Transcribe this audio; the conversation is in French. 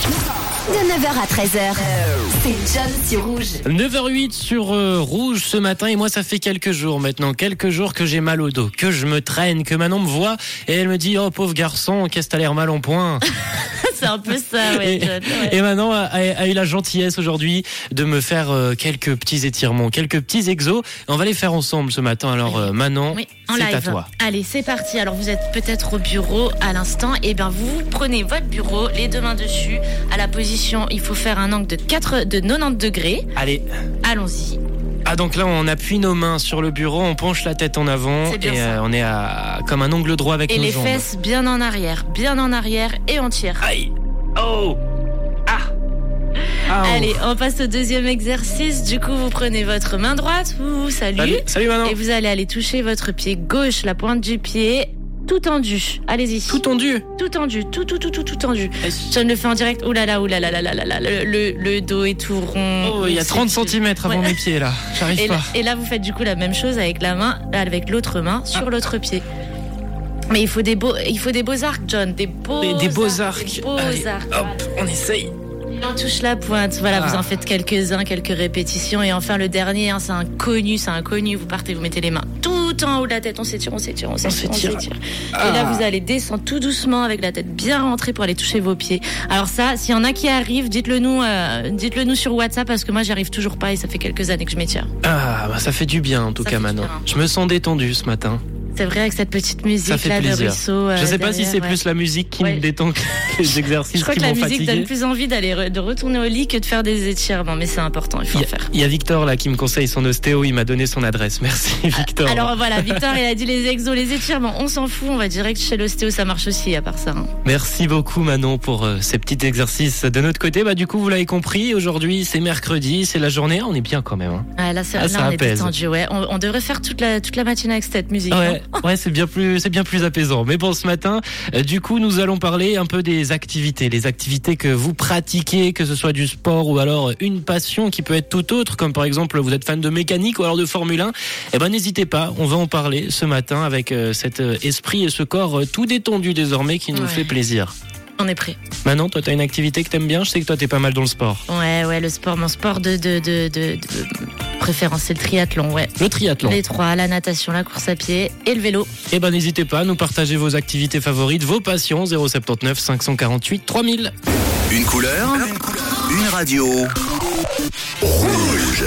De 9h à 13h, c'est John sur Rouge. 9h08 sur euh, Rouge ce matin et moi ça fait quelques jours maintenant, quelques jours que j'ai mal au dos, que je me traîne, que Manon me voit et elle me dit oh pauvre garçon qu'est-ce que t'as l'air mal en point C'est un peu ça, ouais. et, John, ouais. et Manon a, a- a eu la gentillesse aujourd'hui de me faire euh, quelques petits étirements, quelques petits exos Et on va les faire ensemble ce matin alors euh, Manon Oui, en c'est live. à toi. Allez, c'est parti. Alors, vous êtes peut-être au bureau à l'instant. Et ben, vous prenez votre bureau, les deux mains dessus, à la position. Il faut faire un angle de 4, de 90 degrés. Allez, Allons-y. ah donc là on appuie nos mains sur le bureau, on penche la tête en avant C'est bien et ça. euh, on est à comme un ongle droit avec Et nos les jambes. fesses bien en arrière, bien en arrière et en tire. Aïe, oh, ah, ah oh. Allez, on passe au deuxième exercice. Du coup, vous prenez votre main droite. Ouh, salut. Salut, salut Manon. Et vous allez aller toucher votre pied gauche, la pointe du pied, tout tendu. Allez-y. Tout tendu. Tout tendu, tout, tout, tout, tout, tout tendu. Je le fais en direct. Ouh là là, ouh là là là là là là, le, le, le dos est tout rond. Oh, il y a C'est- 30 cm avant Ouais. mes pieds là. J'arrive Et là, pas. et là, vous faites du coup la même chose avec la main, avec l'autre main Ah. sur l'autre pied. Mais il faut des beaux, il faut des beaux arcs, John, des beaux, Des- des beaux des arcs. beaux Allez, arcs. Hop, on essaye. On touche la pointe. Voilà, Ah. vous en faites quelques-uns, quelques répétitions. Et enfin, le dernier, hein, c'est un connu, c'est un connu. Vous partez, vous mettez les mains tout en haut de la tête. On s'étire, on s'étire, on s'étire, on s'étire. s'étire. Ah. Et là, vous allez descendre tout doucement avec la tête bien rentrée pour aller toucher vos pieds. Alors ça, s'il y en a qui arrivent, dites-le nous, euh, dites-le nous sur WhatsApp parce que moi, j'y arrive toujours pas et ça fait quelques années que je m'étire. Ah, bah, ça fait du bien en tout Ça cas fait du Manon. bien. Je me sens détendu ce matin. C'est vrai avec cette petite musique Ça fait là de plaisir. ruisseau. euh, Je sais pas si derrière, c'est ouais. plus la musique qui Ouais. me détend que les exercices Je crois qui que m'ont la musique donne fatigué. plus envie d'aller re- de retourner au lit que de faire des étirements, mais c'est important, il faut Il y, en a, faire. il y a Victor là qui me conseille son ostéo, il m'a donné son adresse. Merci Victor. Ah, Alors voilà, Victor, il a dit les exos, les étirements, on s'en fout, on va direct chez l'ostéo, ça marche aussi à part ça. hein. Merci beaucoup Manon pour euh, ces petits exercices. De notre côté, bah du coup vous l'avez compris, aujourd'hui c'est mercredi, c'est la journée, on est bien quand même. hein. Ouais, là, c'est- Ah, là, ça on est apaise. détendu, ouais. On, on devrait faire toute la, toute la matinée avec cette musique. hein. non Ouais, ouais c'est bien plus c'est bien plus apaisant. Mais bon, ce matin, euh, du coup, nous allons parler un peu des activités, les activités que vous pratiquez, que ce soit du sport ou alors une passion qui peut être tout autre, comme par exemple vous êtes fan de mécanique ou alors de Formule 1. Eh ben, n'hésitez pas, on va en parler ce matin avec euh, cet euh, esprit et ce corps euh, tout détendu désormais qui nous Ouais. fait plaisir. On est prêt. Manon, toi, t'as une activité que t'aimes bien. Je sais que toi, t'es pas mal dans le sport, Ouais, ouais, le sport, mon sport de, de, de, de, de préférence, c'est le triathlon, ouais. le triathlon. Les trois, la natation, la course à pied et le vélo. Eh ben, n'hésitez pas à nous partager vos activités favorites, vos passions. 079 548 3000. Une couleur, une radio. Rouge.